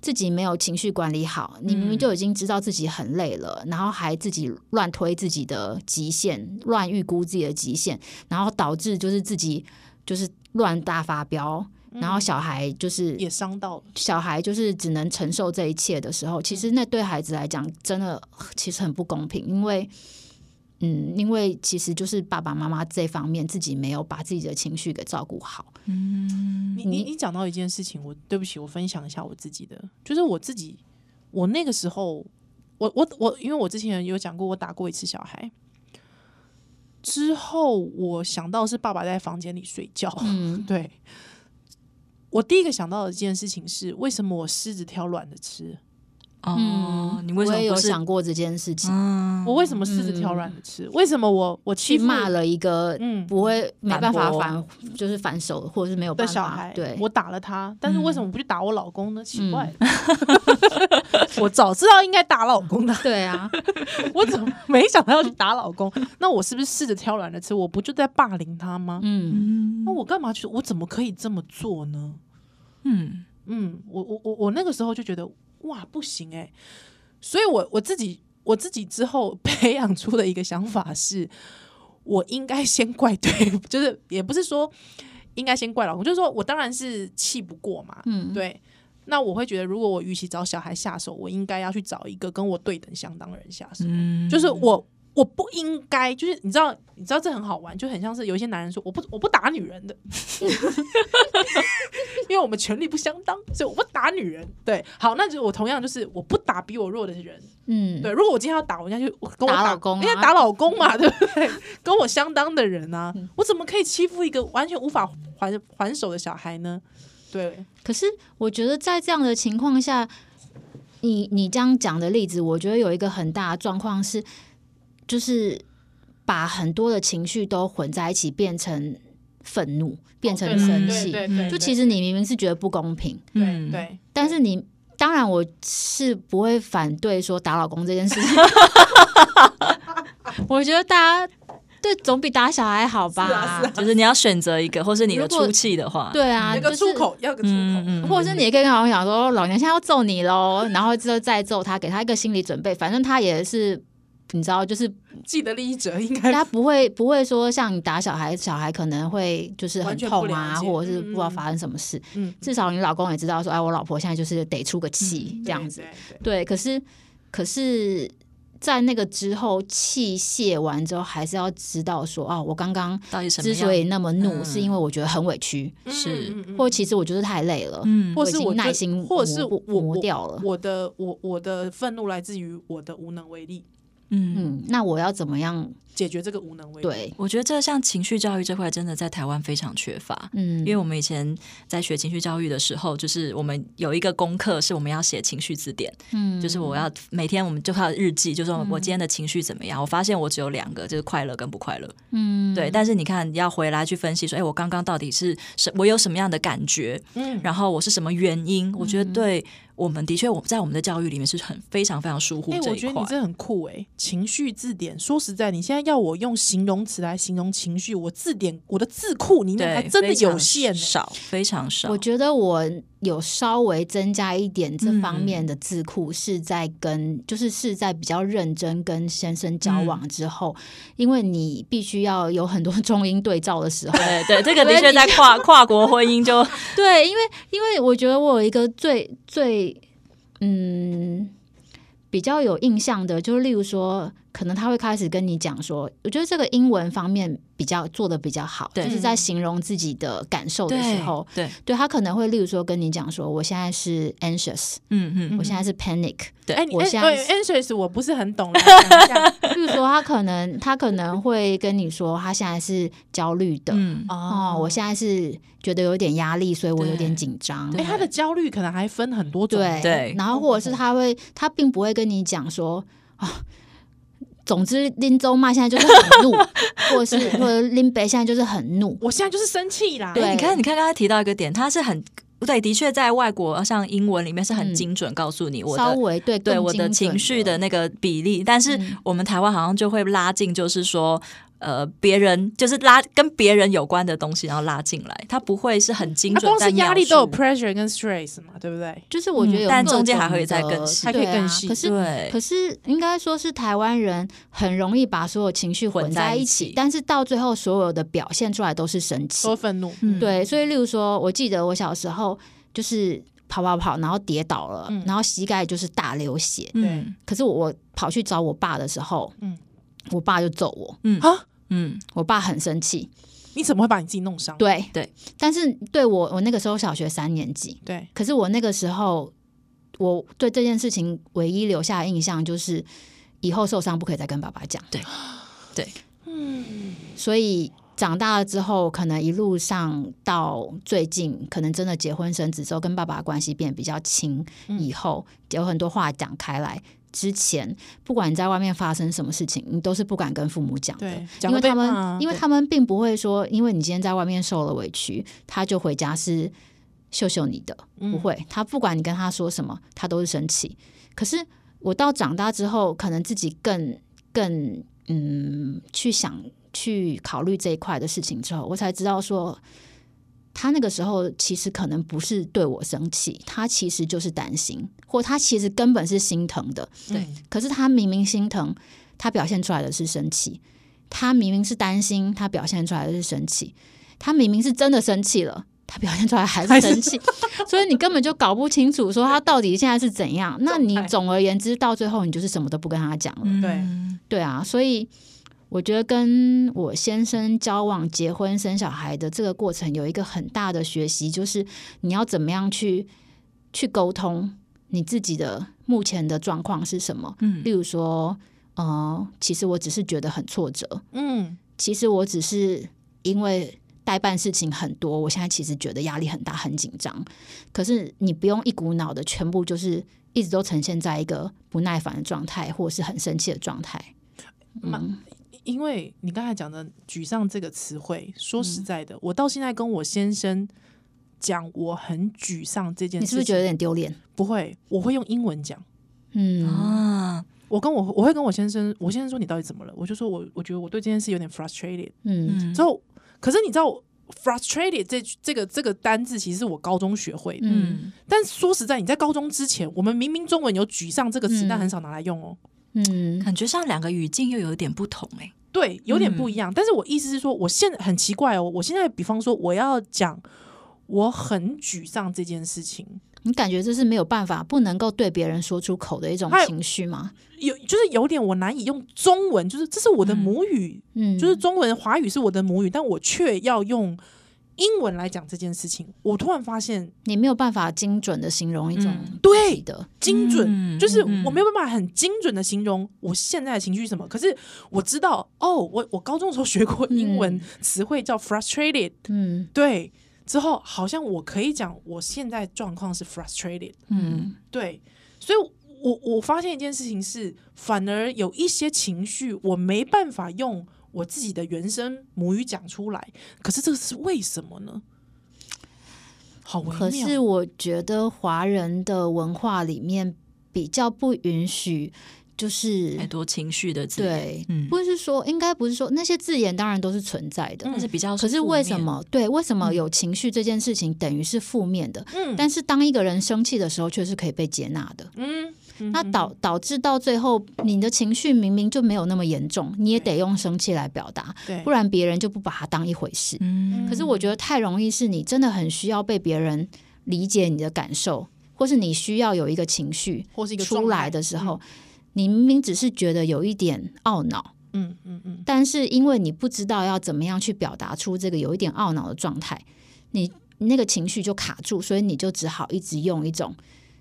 Speaker 3: 自己没有情绪管理好，你明明就已经知道自己很累了，然后还自己乱推自己的极限，乱预估自己的极限，然后导致就是自己就是乱大发飙，然后小孩就是
Speaker 1: 也伤到了，
Speaker 3: 小孩就是只能承受这一切的时候，其实那对孩子来讲真的其实很不公平，因为嗯，因为其实就是爸爸妈妈这方面自己没有把自己的情绪给照顾好，
Speaker 2: 嗯
Speaker 1: 你你你讲到一件事情，我对不起，我分享一下我自己的，就是我自己，我那个时候，我我我，因为我之前有讲过，我打过一次小孩，之后我想到是爸爸在房间里睡觉，
Speaker 3: 嗯，
Speaker 1: 对。我第一个想到的一件事情是，为什么我狮子挑软的吃？
Speaker 2: 哦，你为什
Speaker 3: 嗯我
Speaker 2: 么
Speaker 3: 也有
Speaker 2: 不是？
Speaker 3: 想过这件事情，
Speaker 2: 嗯，
Speaker 1: 我为什么狮子挑软的吃？为什么我我欺
Speaker 3: 嗯去
Speaker 1: 负
Speaker 3: 骂了一个
Speaker 1: 嗯
Speaker 3: 不会没办法
Speaker 2: 反驳
Speaker 3: 反就是反手或者是没有
Speaker 1: 的
Speaker 3: 办
Speaker 1: 小
Speaker 3: 法
Speaker 1: 孩，
Speaker 3: 对
Speaker 1: 我打了他，但是为什么不去打我老公呢？奇
Speaker 3: 嗯
Speaker 1: 怪，
Speaker 3: [laughs]
Speaker 1: 我早知道应该打老公
Speaker 3: [laughs]
Speaker 1: 的，
Speaker 3: 对啊，
Speaker 1: 我怎么没想到要去打老公？那我是不是试着挑软的吃？我不就在霸凌他吗？
Speaker 2: [laughs]
Speaker 3: 嗯，
Speaker 1: 那我干嘛去？我怎么可以这么做呢？
Speaker 2: 嗯，
Speaker 1: 嗯，我我我我那个时候就觉得哇，不行哎、所以我我自己我自己之后 [laughs] 培养出的一个想法是，我应该先怪对， [laughs] 就是也不是说应该先怪老公，就是说我当然是气不过嘛，
Speaker 3: 嗯
Speaker 1: 对。那我会觉得，如果我与其找小孩下手，我应该要去找一个跟我对等相当的人下手。
Speaker 2: 嗯
Speaker 1: 就是我我不应该，就是你知道，你知道这很好玩，就很像是有一些男人说我不我不打女人的， [laughs] 因为我们权力不相当，所以我不打女人。对，好，那就我同样就是我不打比我弱的人。
Speaker 3: 嗯，
Speaker 1: 对，如果我今天要打，我应该就跟我
Speaker 3: 打老公啊
Speaker 1: 应该打老公嘛，对不对？跟我相当的人啊，
Speaker 3: 嗯
Speaker 1: 我怎么可以欺负一个完全无法还还手的小孩呢？对，
Speaker 3: 可是我觉得在这样的情况下，你你这样讲的例子，我觉得有一个很大的状况是，就是把很多的情绪都混在一起，变成愤怒，变成生气。
Speaker 1: 哦对对对，
Speaker 3: 就其
Speaker 1: 实
Speaker 3: 实嗯你明明是觉得不公平，
Speaker 2: 嗯
Speaker 1: 对对，
Speaker 3: 但是你当然我是不会反对说打老公这件事
Speaker 1: [laughs]
Speaker 3: 情。我觉得大家对总比打小孩好吧？
Speaker 1: 啊
Speaker 2: 就是你要选择一个，或是你的
Speaker 3: 如果
Speaker 2: 出气的话，，
Speaker 3: 对啊，
Speaker 1: 有个
Speaker 3: 就是
Speaker 1: 出口，要有个出口。
Speaker 2: 嗯嗯，
Speaker 3: 或者是你也可以跟老公讲说，哦老娘现在要揍你喽， [laughs] 然后之后再揍他，给他一个心理准备，反正他也是。你知道，就是
Speaker 1: 既得利益者应该
Speaker 3: 他不会不会说像你打小孩，小孩可能会就是很
Speaker 1: 完全
Speaker 3: 痛
Speaker 1: 不了
Speaker 3: 啊，
Speaker 1: 解
Speaker 3: 或者是
Speaker 1: 嗯
Speaker 3: 不知道发生什么事。
Speaker 1: 嗯嗯
Speaker 3: 至少你老公也知道说，哎，我老婆现在就是得出个气、
Speaker 1: 嗯
Speaker 3: 这样子。
Speaker 1: 对对对
Speaker 3: 对，可是可是，在那个之后器械完之后，还是要知道说，哦，我刚刚
Speaker 2: 到底什么
Speaker 3: 之
Speaker 2: 样？
Speaker 3: 所以那么怒，
Speaker 2: 嗯
Speaker 3: 是因为我觉得很委屈，
Speaker 2: 是
Speaker 1: 嗯嗯嗯
Speaker 3: 或其实我就是太累了。
Speaker 2: 嗯，
Speaker 1: 或是
Speaker 3: 我已经
Speaker 1: 我
Speaker 3: 耐
Speaker 1: 就
Speaker 3: 心
Speaker 1: 或者是
Speaker 3: 磨
Speaker 1: 我
Speaker 3: 不
Speaker 1: 我
Speaker 3: 磨掉了
Speaker 1: 我的我我的愤怒来自于我的无能为力，
Speaker 2: 嗯。
Speaker 3: 嗯，那我要怎么样？
Speaker 1: 解决这个无能为力。，
Speaker 3: 对，
Speaker 2: 我觉得这像情绪教育这块，真的在台湾非常缺乏。
Speaker 3: 嗯
Speaker 2: 因为我们以前在学情绪教育的时候，就是我们有一个功课是我们要写情绪字典，
Speaker 3: 嗯
Speaker 2: 就是我要每天我们就靠日记，就说我今天的情绪怎么样。我发现我只有两个，就是快乐跟不快乐。
Speaker 3: 嗯，
Speaker 2: 对，但是你看要回来去分析说，哎，我刚刚到底是什，我有什么样的感觉，
Speaker 1: 嗯，
Speaker 2: 然后我是什么原因？我
Speaker 3: 嗯
Speaker 2: 觉得对我们的确，我在我们的教育里面是很非常非常疏忽
Speaker 1: 哎、
Speaker 2: 这
Speaker 1: 我
Speaker 2: 一
Speaker 1: 觉得
Speaker 2: 块
Speaker 1: 你。这很酷哎、情绪字典。说实在，你现在要我用形容词来形容情绪，我字典我的字库里面还
Speaker 2: 对，
Speaker 1: 真的
Speaker 2: 非常
Speaker 1: 有限、欸。
Speaker 2: 少，非常少。
Speaker 3: 我觉得我有稍微增加一点这
Speaker 2: 嗯
Speaker 3: 方面的智库，是在跟、就是是在比较认真跟先生交
Speaker 2: 嗯
Speaker 3: 往之后，因为你必须要有很多中英对照的时
Speaker 2: [laughs]
Speaker 3: 候，
Speaker 2: 对对，这个的确在跨跨国婚
Speaker 1: [laughs]
Speaker 2: 姻就
Speaker 3: 对，因为因为我觉得我有一个最最嗯比较有印象的，就是例如说，可能他会开始跟你讲说，我觉得这个英文方面比较做的比较好，
Speaker 2: 对
Speaker 3: 就是在形容自己的感受的时候，
Speaker 2: 对，
Speaker 3: 对他可能会例如说跟你讲说，我现在是 anxious，、
Speaker 2: 嗯嗯，
Speaker 3: 我现在是 panic，
Speaker 2: 对
Speaker 1: 哎，你
Speaker 3: 我
Speaker 1: 哎
Speaker 3: 现在
Speaker 1: 对 anxious 我不是很懂，来讲一下
Speaker 3: 例如说他可能他可能会跟你说，他现在是焦虑的。
Speaker 2: 嗯，
Speaker 3: 哦，我现在是觉得有点压力，所以我有点
Speaker 2: 对
Speaker 3: 紧张。
Speaker 1: 哎，他的焦虑可能还分很多种，
Speaker 3: 对
Speaker 2: 对
Speaker 3: 然后或者是他会，他并不会跟你讲说啊，总之林州骂现在就是很
Speaker 2: [laughs]
Speaker 3: 怒，或者是或者林北现在就是很怒，
Speaker 1: 我现在就是生气啦，哎
Speaker 3: 对
Speaker 2: 哎你看，你看刚才提到一个点，它是很对，的确在外国呃像英文里面是很
Speaker 3: 嗯
Speaker 2: 精准告诉你我
Speaker 3: 稍
Speaker 2: 的。
Speaker 3: 微对
Speaker 2: 对
Speaker 3: 更
Speaker 2: 我的
Speaker 3: 精
Speaker 2: 情
Speaker 3: 准
Speaker 2: 绪的那个比例，但是
Speaker 3: 嗯
Speaker 2: 我们台湾好像就会拉近，就是说，呃，别人就是拉跟别人有关的东西，然后拉进来，它不会是很精
Speaker 1: 他
Speaker 2: 准。
Speaker 1: 光是
Speaker 2: 在
Speaker 1: 压
Speaker 2: 描
Speaker 1: 力都有
Speaker 2: 述
Speaker 1: pressure 跟 stress 嘛，对不对？
Speaker 3: 就是我觉得有各种的、
Speaker 2: 嗯但中间还会再更细嗯
Speaker 1: 还可以
Speaker 3: 对啊
Speaker 1: 更细
Speaker 3: 可是
Speaker 2: 对
Speaker 3: 可是应该说是台湾人很容易把所有情绪混
Speaker 2: 混
Speaker 3: 在
Speaker 2: 在
Speaker 3: 一
Speaker 2: 一
Speaker 3: 起
Speaker 2: 起，
Speaker 3: 但是到最后所有的表现出来都是生气
Speaker 1: 说。愤怒，
Speaker 2: 嗯
Speaker 3: 对，所以例如说，我记得我小时候就是跑跑跑，然后跌倒了，
Speaker 1: 嗯
Speaker 3: 然后膝盖就是大流血。
Speaker 2: 嗯
Speaker 3: 可是我我跑去找我爸的时候，
Speaker 1: 嗯
Speaker 3: 我爸就揍我，
Speaker 1: 啊，
Speaker 2: 嗯，
Speaker 3: 我爸很生气。
Speaker 1: 你怎么会把你自己弄伤？
Speaker 3: 对
Speaker 2: 哦对，
Speaker 3: 但是对我我那个时候小学三年级，
Speaker 1: 对，
Speaker 3: 可是我那个时候我对这件事情唯一留下的印象就是以后受伤不可以再跟爸爸讲。
Speaker 2: 对，对，
Speaker 1: 嗯，
Speaker 3: 所以。长大了之后，可能一路上到最近，可能真的结婚生子之后，跟爸爸的关系变得比较亲，
Speaker 1: 嗯
Speaker 3: 以后有很多话讲开来。之前，不管你在外面发生什么事情，你都是不敢跟父母讲的，
Speaker 1: 对，
Speaker 3: 因
Speaker 1: 讲
Speaker 3: 为
Speaker 1: 会被
Speaker 3: 他们、
Speaker 1: 骂啊
Speaker 3: 因为
Speaker 1: 对
Speaker 3: 他们并不会说，因为你今天在外面受了委屈，他就回家是秀秀你的，不
Speaker 1: 嗯
Speaker 3: 会。他不管你跟他说什么，他都是生气。可是我到长大之后，可能自己更更嗯去想去考虑这一块的事情之后，我才知道说。他那个时候其实可能不是对我生气，他其实就是担心，或他其实根本是心疼的。
Speaker 2: 对
Speaker 1: 嗯
Speaker 3: 可是他明明心疼，他表现出来的是生气；他明明是担心，他表现出来的是生气；他明明是真的生气了，他表现出来还是生气。所以你根本就搞不清楚说他到底现在是怎 [laughs] 样。那你总而言之，到最后你就是什么都不跟他讲了。
Speaker 2: 嗯
Speaker 1: 对
Speaker 3: 对啊，所以我觉得跟我先生交往、结婚、生小孩的这个过程有一个很大的学习，就是你要怎么样去去沟通你自己的目前的状况是什么。
Speaker 2: 嗯
Speaker 3: 例如说，呃，其实我只是觉得很挫折，
Speaker 1: 嗯
Speaker 3: 其实我只是因为。代办事情很多，我现在其实觉得压力很大，很紧张。可是你不用一股脑的全部就是一直都呈现在一个不耐烦的状态，或者是很生气的状态。
Speaker 1: 蛮
Speaker 3: 嗯，
Speaker 1: 因为你刚才讲的“沮丧”这个词汇，说实
Speaker 3: 嗯
Speaker 1: 在的，我到现在跟我先生讲我很沮丧这件
Speaker 3: 你
Speaker 1: 事情，
Speaker 3: 是不是觉得有点丢脸？
Speaker 1: 不会？我会用英文讲。
Speaker 3: 嗯，
Speaker 2: 啊，
Speaker 1: 我跟我我会跟我先生，我先生说你到底怎么了？我就说我我觉得我对这件事有点 frustrated。
Speaker 3: 嗯
Speaker 2: 嗯
Speaker 1: 之后，可是你知道 frustrated 这这个这个单字其实是我高中学会的，
Speaker 3: 嗯
Speaker 2: 嗯
Speaker 1: 但说实在，你在高中之前，我们明明中文有沮丧这个词，
Speaker 3: 嗯
Speaker 1: 但很少拿来用哦。
Speaker 3: 嗯，
Speaker 2: 感觉上两个语境又有一点不同哎、
Speaker 1: 对，有点不一样。但是我意思是说，我现在很奇怪哦，我现在比方说我要讲我很沮丧这件事情，
Speaker 3: 你感觉这是没有办法、不能够对别人说出口的一种
Speaker 1: 还有
Speaker 3: 情绪吗？
Speaker 1: 有就是有点我难以用中文，就是这是我的母语，
Speaker 3: 嗯，
Speaker 1: 就是中文华语是我的母语，但我却要用英文来讲这件事情。我突然发现
Speaker 3: 你没有办法精准的形容一种
Speaker 2: 嗯
Speaker 1: 对
Speaker 3: 自己的，
Speaker 1: 精准，
Speaker 2: 嗯
Speaker 1: 就是
Speaker 2: 嗯
Speaker 1: 我没有办法很精准的形容我现在的情绪是什么。可是我知道，哦，我我高中的时候学过
Speaker 2: 嗯
Speaker 1: 英文词汇叫 frustrated，、
Speaker 3: 嗯
Speaker 1: 对，之后好像我可以讲我现在状况是 frustrated，
Speaker 2: 嗯
Speaker 1: 对，所以我我发现一件事情是，反而有一些情绪我没办法用我自己的原生母语讲出来，可是这个是为什么呢？好微妙，
Speaker 3: 可是我觉得华人的文化里面比较不允许就是
Speaker 2: 太多情绪的字眼，
Speaker 3: 对，
Speaker 2: 嗯
Speaker 3: 不是说应该不是说那些字眼当然都是存在的，
Speaker 1: 嗯
Speaker 2: 但是比较
Speaker 3: 可是
Speaker 2: 负
Speaker 3: 为什
Speaker 2: 面？
Speaker 3: 么对为什么有情绪这件事情等于是负面的？
Speaker 1: 嗯
Speaker 3: 但是当一个人生气的时候，却是可以被接纳的。
Speaker 1: 嗯，
Speaker 3: 那导导致到最后，你的情绪明明就没有那么严重，你也得用生气来表达，
Speaker 1: 对，
Speaker 3: 不然别人就不把它当一回事。
Speaker 2: 嗯，
Speaker 3: 可是我觉得太容易是你真的很需要被别人理解你的感受，或是你需要有一个情绪
Speaker 1: 或是一个
Speaker 3: 出
Speaker 1: 状态嗯
Speaker 3: 来的时候，，你明明只是觉得有一点懊恼，
Speaker 1: 嗯嗯嗯嗯，
Speaker 3: 但是因为你不知道要怎么样去表达出这个有一点懊恼的状态，你。那个情绪就卡住，所以你就只好一直用一种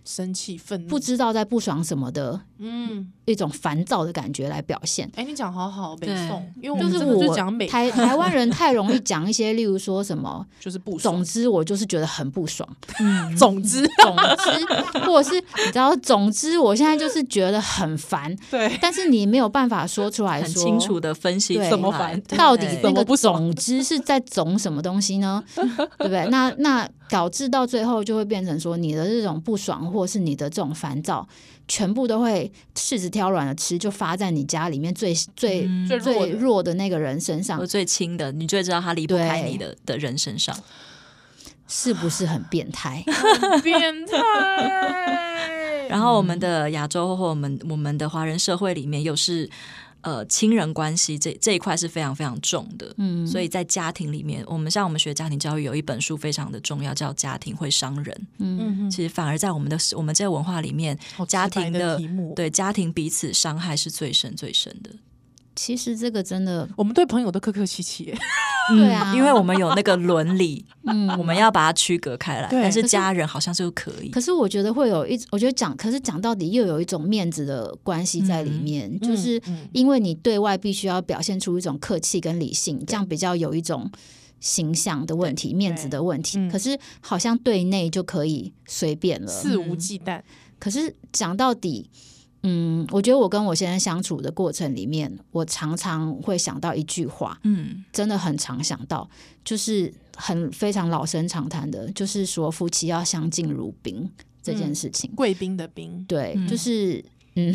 Speaker 1: 生气、愤怒，
Speaker 3: 不知道在不爽什么的
Speaker 1: 嗯，
Speaker 3: 一种烦躁的感觉来表现。
Speaker 1: 哎，你讲好好北
Speaker 2: 对
Speaker 1: 宋，因为我
Speaker 3: 就
Speaker 1: 们
Speaker 3: 是
Speaker 1: 真的嗯
Speaker 3: 我
Speaker 1: 就讲美， [laughs]
Speaker 3: 台台湾人太容易讲一些，例如说什么，
Speaker 1: 就是不
Speaker 3: 总
Speaker 1: 爽，
Speaker 3: 之我就是觉得很不爽，
Speaker 2: 嗯
Speaker 1: 总之，
Speaker 3: 总之，或者是你知道，总之我现在就是觉得很烦，
Speaker 1: 对，
Speaker 3: 但是你没有办法说出来
Speaker 2: 很
Speaker 3: 说
Speaker 2: 清楚的分析
Speaker 3: 对
Speaker 2: 出
Speaker 3: 怎么
Speaker 2: 来
Speaker 1: 烦
Speaker 2: 对
Speaker 3: 到底
Speaker 1: 怎
Speaker 3: 那
Speaker 1: 么
Speaker 3: 个
Speaker 1: 不爽
Speaker 3: 总之是在总什么东西呢？对不对？那那导致到最后就会变成说，你的这种不爽或是你的这种烦躁，全部都会柿子挑软了吃，就发在你家里面最最、
Speaker 2: 嗯
Speaker 1: 最弱
Speaker 3: 最
Speaker 1: 的
Speaker 3: 弱的那个人身上
Speaker 2: 和，最亲的，你最知道他离不开
Speaker 3: 对
Speaker 2: 你的的人身上。
Speaker 3: 是不是很变态？
Speaker 1: [laughs] 变态，
Speaker 2: 然后我
Speaker 3: 嗯
Speaker 2: 们的亚洲或我们我们的华人社会里面又是呃亲人关系这这一块是非常非常重的，
Speaker 3: 嗯，
Speaker 2: 所以在家庭里面，我们像我们学家庭教育有一本书非常的重要，叫《家庭会伤人》。
Speaker 3: 嗯，
Speaker 1: 嗯，嗯
Speaker 2: 其实反而在我们的我们这个文化里面，
Speaker 1: 好直
Speaker 2: 家
Speaker 1: 白
Speaker 2: 庭
Speaker 1: 的
Speaker 2: 的
Speaker 1: 题
Speaker 3: 哦
Speaker 1: 目，
Speaker 2: 对家庭彼此伤害是最深最深的。
Speaker 3: 其实这个真的，
Speaker 1: 我们对朋友都客客气气，
Speaker 3: 对啊，
Speaker 2: 嗯因为我们有那个伦
Speaker 3: [laughs]
Speaker 2: 理，
Speaker 3: 嗯，
Speaker 2: 我们要把它区隔开来，
Speaker 1: 对
Speaker 2: 但是
Speaker 3: 可是
Speaker 2: 家人好像就可以。
Speaker 3: 可是我觉得会有一，我觉得讲，可是讲到底又有一种面子的关系在里面，就是
Speaker 1: 嗯
Speaker 3: 因为你对外必须要表现出一种客气跟理性，这样比较有一种形象的问题、面子的问题。
Speaker 1: 嗯
Speaker 3: 可是好像对内就可以随便了。
Speaker 1: 肆无忌惮，
Speaker 3: 可是讲到底，嗯，我觉得我跟我先生相处的过程里面，我常常会想到一句话，
Speaker 2: 嗯，
Speaker 3: 真的很常想到，就是很非常老生常谈的，就是说夫妻要相敬如宾这
Speaker 1: 嗯
Speaker 3: 件事情。
Speaker 1: 贵宾的宾，
Speaker 3: 对，
Speaker 2: 嗯
Speaker 3: 就是 [laughs] 嗯，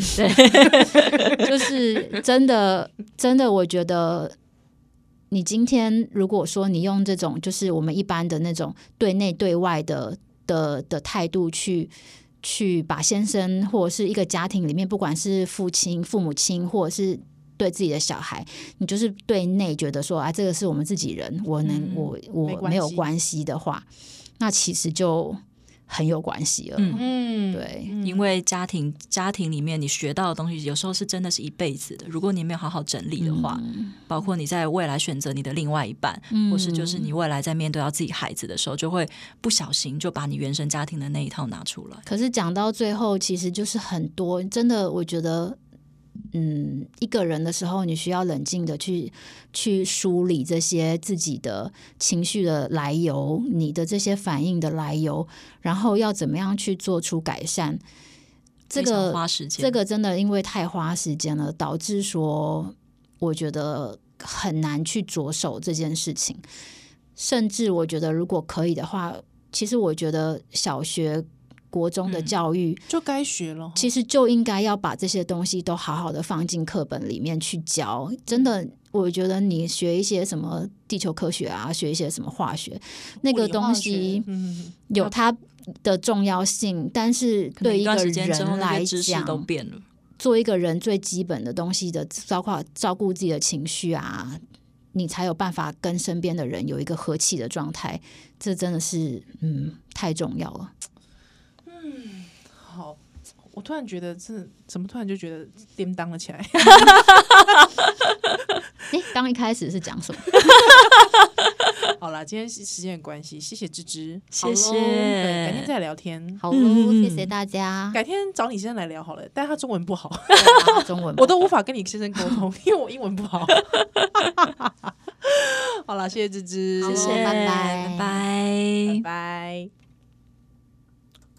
Speaker 3: 就是真的真的，我觉得你今天如果说你用这种就是我们一般的那种对内对外的的的态度去。去把先生或者是一个家庭里面，不管是父亲、父母亲，或者是对自己的小孩，你就是对内觉得说啊，这个是我们自己人，我能、
Speaker 2: 嗯
Speaker 3: 我
Speaker 1: 没
Speaker 3: 我
Speaker 1: 关
Speaker 3: 没有
Speaker 1: 系
Speaker 3: 关系的话，那其实就很有关系了。
Speaker 2: 嗯
Speaker 1: 嗯，
Speaker 3: 对
Speaker 1: 嗯
Speaker 2: 因为家庭家庭里面你学到的东西，有时候是真的是一辈子的。如果你没有好好整理的话，包括你在未来选择你的另外一半，
Speaker 3: 嗯
Speaker 2: 或是就是你未来在面对到自己孩子的时候，就会不小心就把你原生家庭的那一套拿出来。
Speaker 3: 可是讲到最后，其实就是很多真的，我觉得，嗯，一个人的时候，你需要冷静的去去梳理这些自己的情绪的来由，你的这些反应的来由，然后要怎么样去做出改善。这
Speaker 2: 非常
Speaker 3: 个
Speaker 2: 花时间，
Speaker 3: 这个真的因为太花时间了，导致说我觉得很难去着手这件事情。甚至我觉得，如果可以的话，其实我觉得小学、国
Speaker 2: 嗯
Speaker 3: 中的教育、
Speaker 1: 就该学了，
Speaker 3: 其实就应该要把这些东西都好好的放进课本里面去教。真的，
Speaker 2: 嗯
Speaker 3: 我觉得你学一些什么地球科学啊，学一些什么化学，那
Speaker 1: 物
Speaker 3: 个
Speaker 1: 理化
Speaker 3: 东西
Speaker 1: 学嗯，
Speaker 3: 有它的重要性，但是
Speaker 2: 可能
Speaker 3: 对
Speaker 2: 一
Speaker 3: 个
Speaker 2: 段时间之后，
Speaker 3: 人
Speaker 2: 那
Speaker 3: 来
Speaker 2: 些知识
Speaker 3: 讲，
Speaker 2: 都变了。
Speaker 3: 做一个人最基本的东西的，包括照顾自己的情绪啊，你才有办法跟身边的人有一个和气的状态。这真的是嗯太重要了。
Speaker 1: 好。我突然觉得这怎么突然就觉得颠当了起来？ [laughs]
Speaker 3: 诶，刚一开始是讲什么？
Speaker 1: 好啦，今天是时间的关系，谢谢芝芝，
Speaker 2: 谢谢
Speaker 1: 好咯对改天再聊天，
Speaker 3: 好
Speaker 2: 嗯
Speaker 3: 喽，
Speaker 2: 嗯
Speaker 3: 谢谢大家。
Speaker 1: 改天找你先生来聊好了，但他中文不好，
Speaker 3: 对啊中 [laughs] 文吧
Speaker 1: 我都无法跟你先生沟通，因为我英文不好。 [laughs] 好啦，谢谢芝芝，
Speaker 3: 好
Speaker 2: 谢谢，
Speaker 3: 拜
Speaker 2: 拜
Speaker 3: 拜
Speaker 2: 拜
Speaker 1: 拜拜。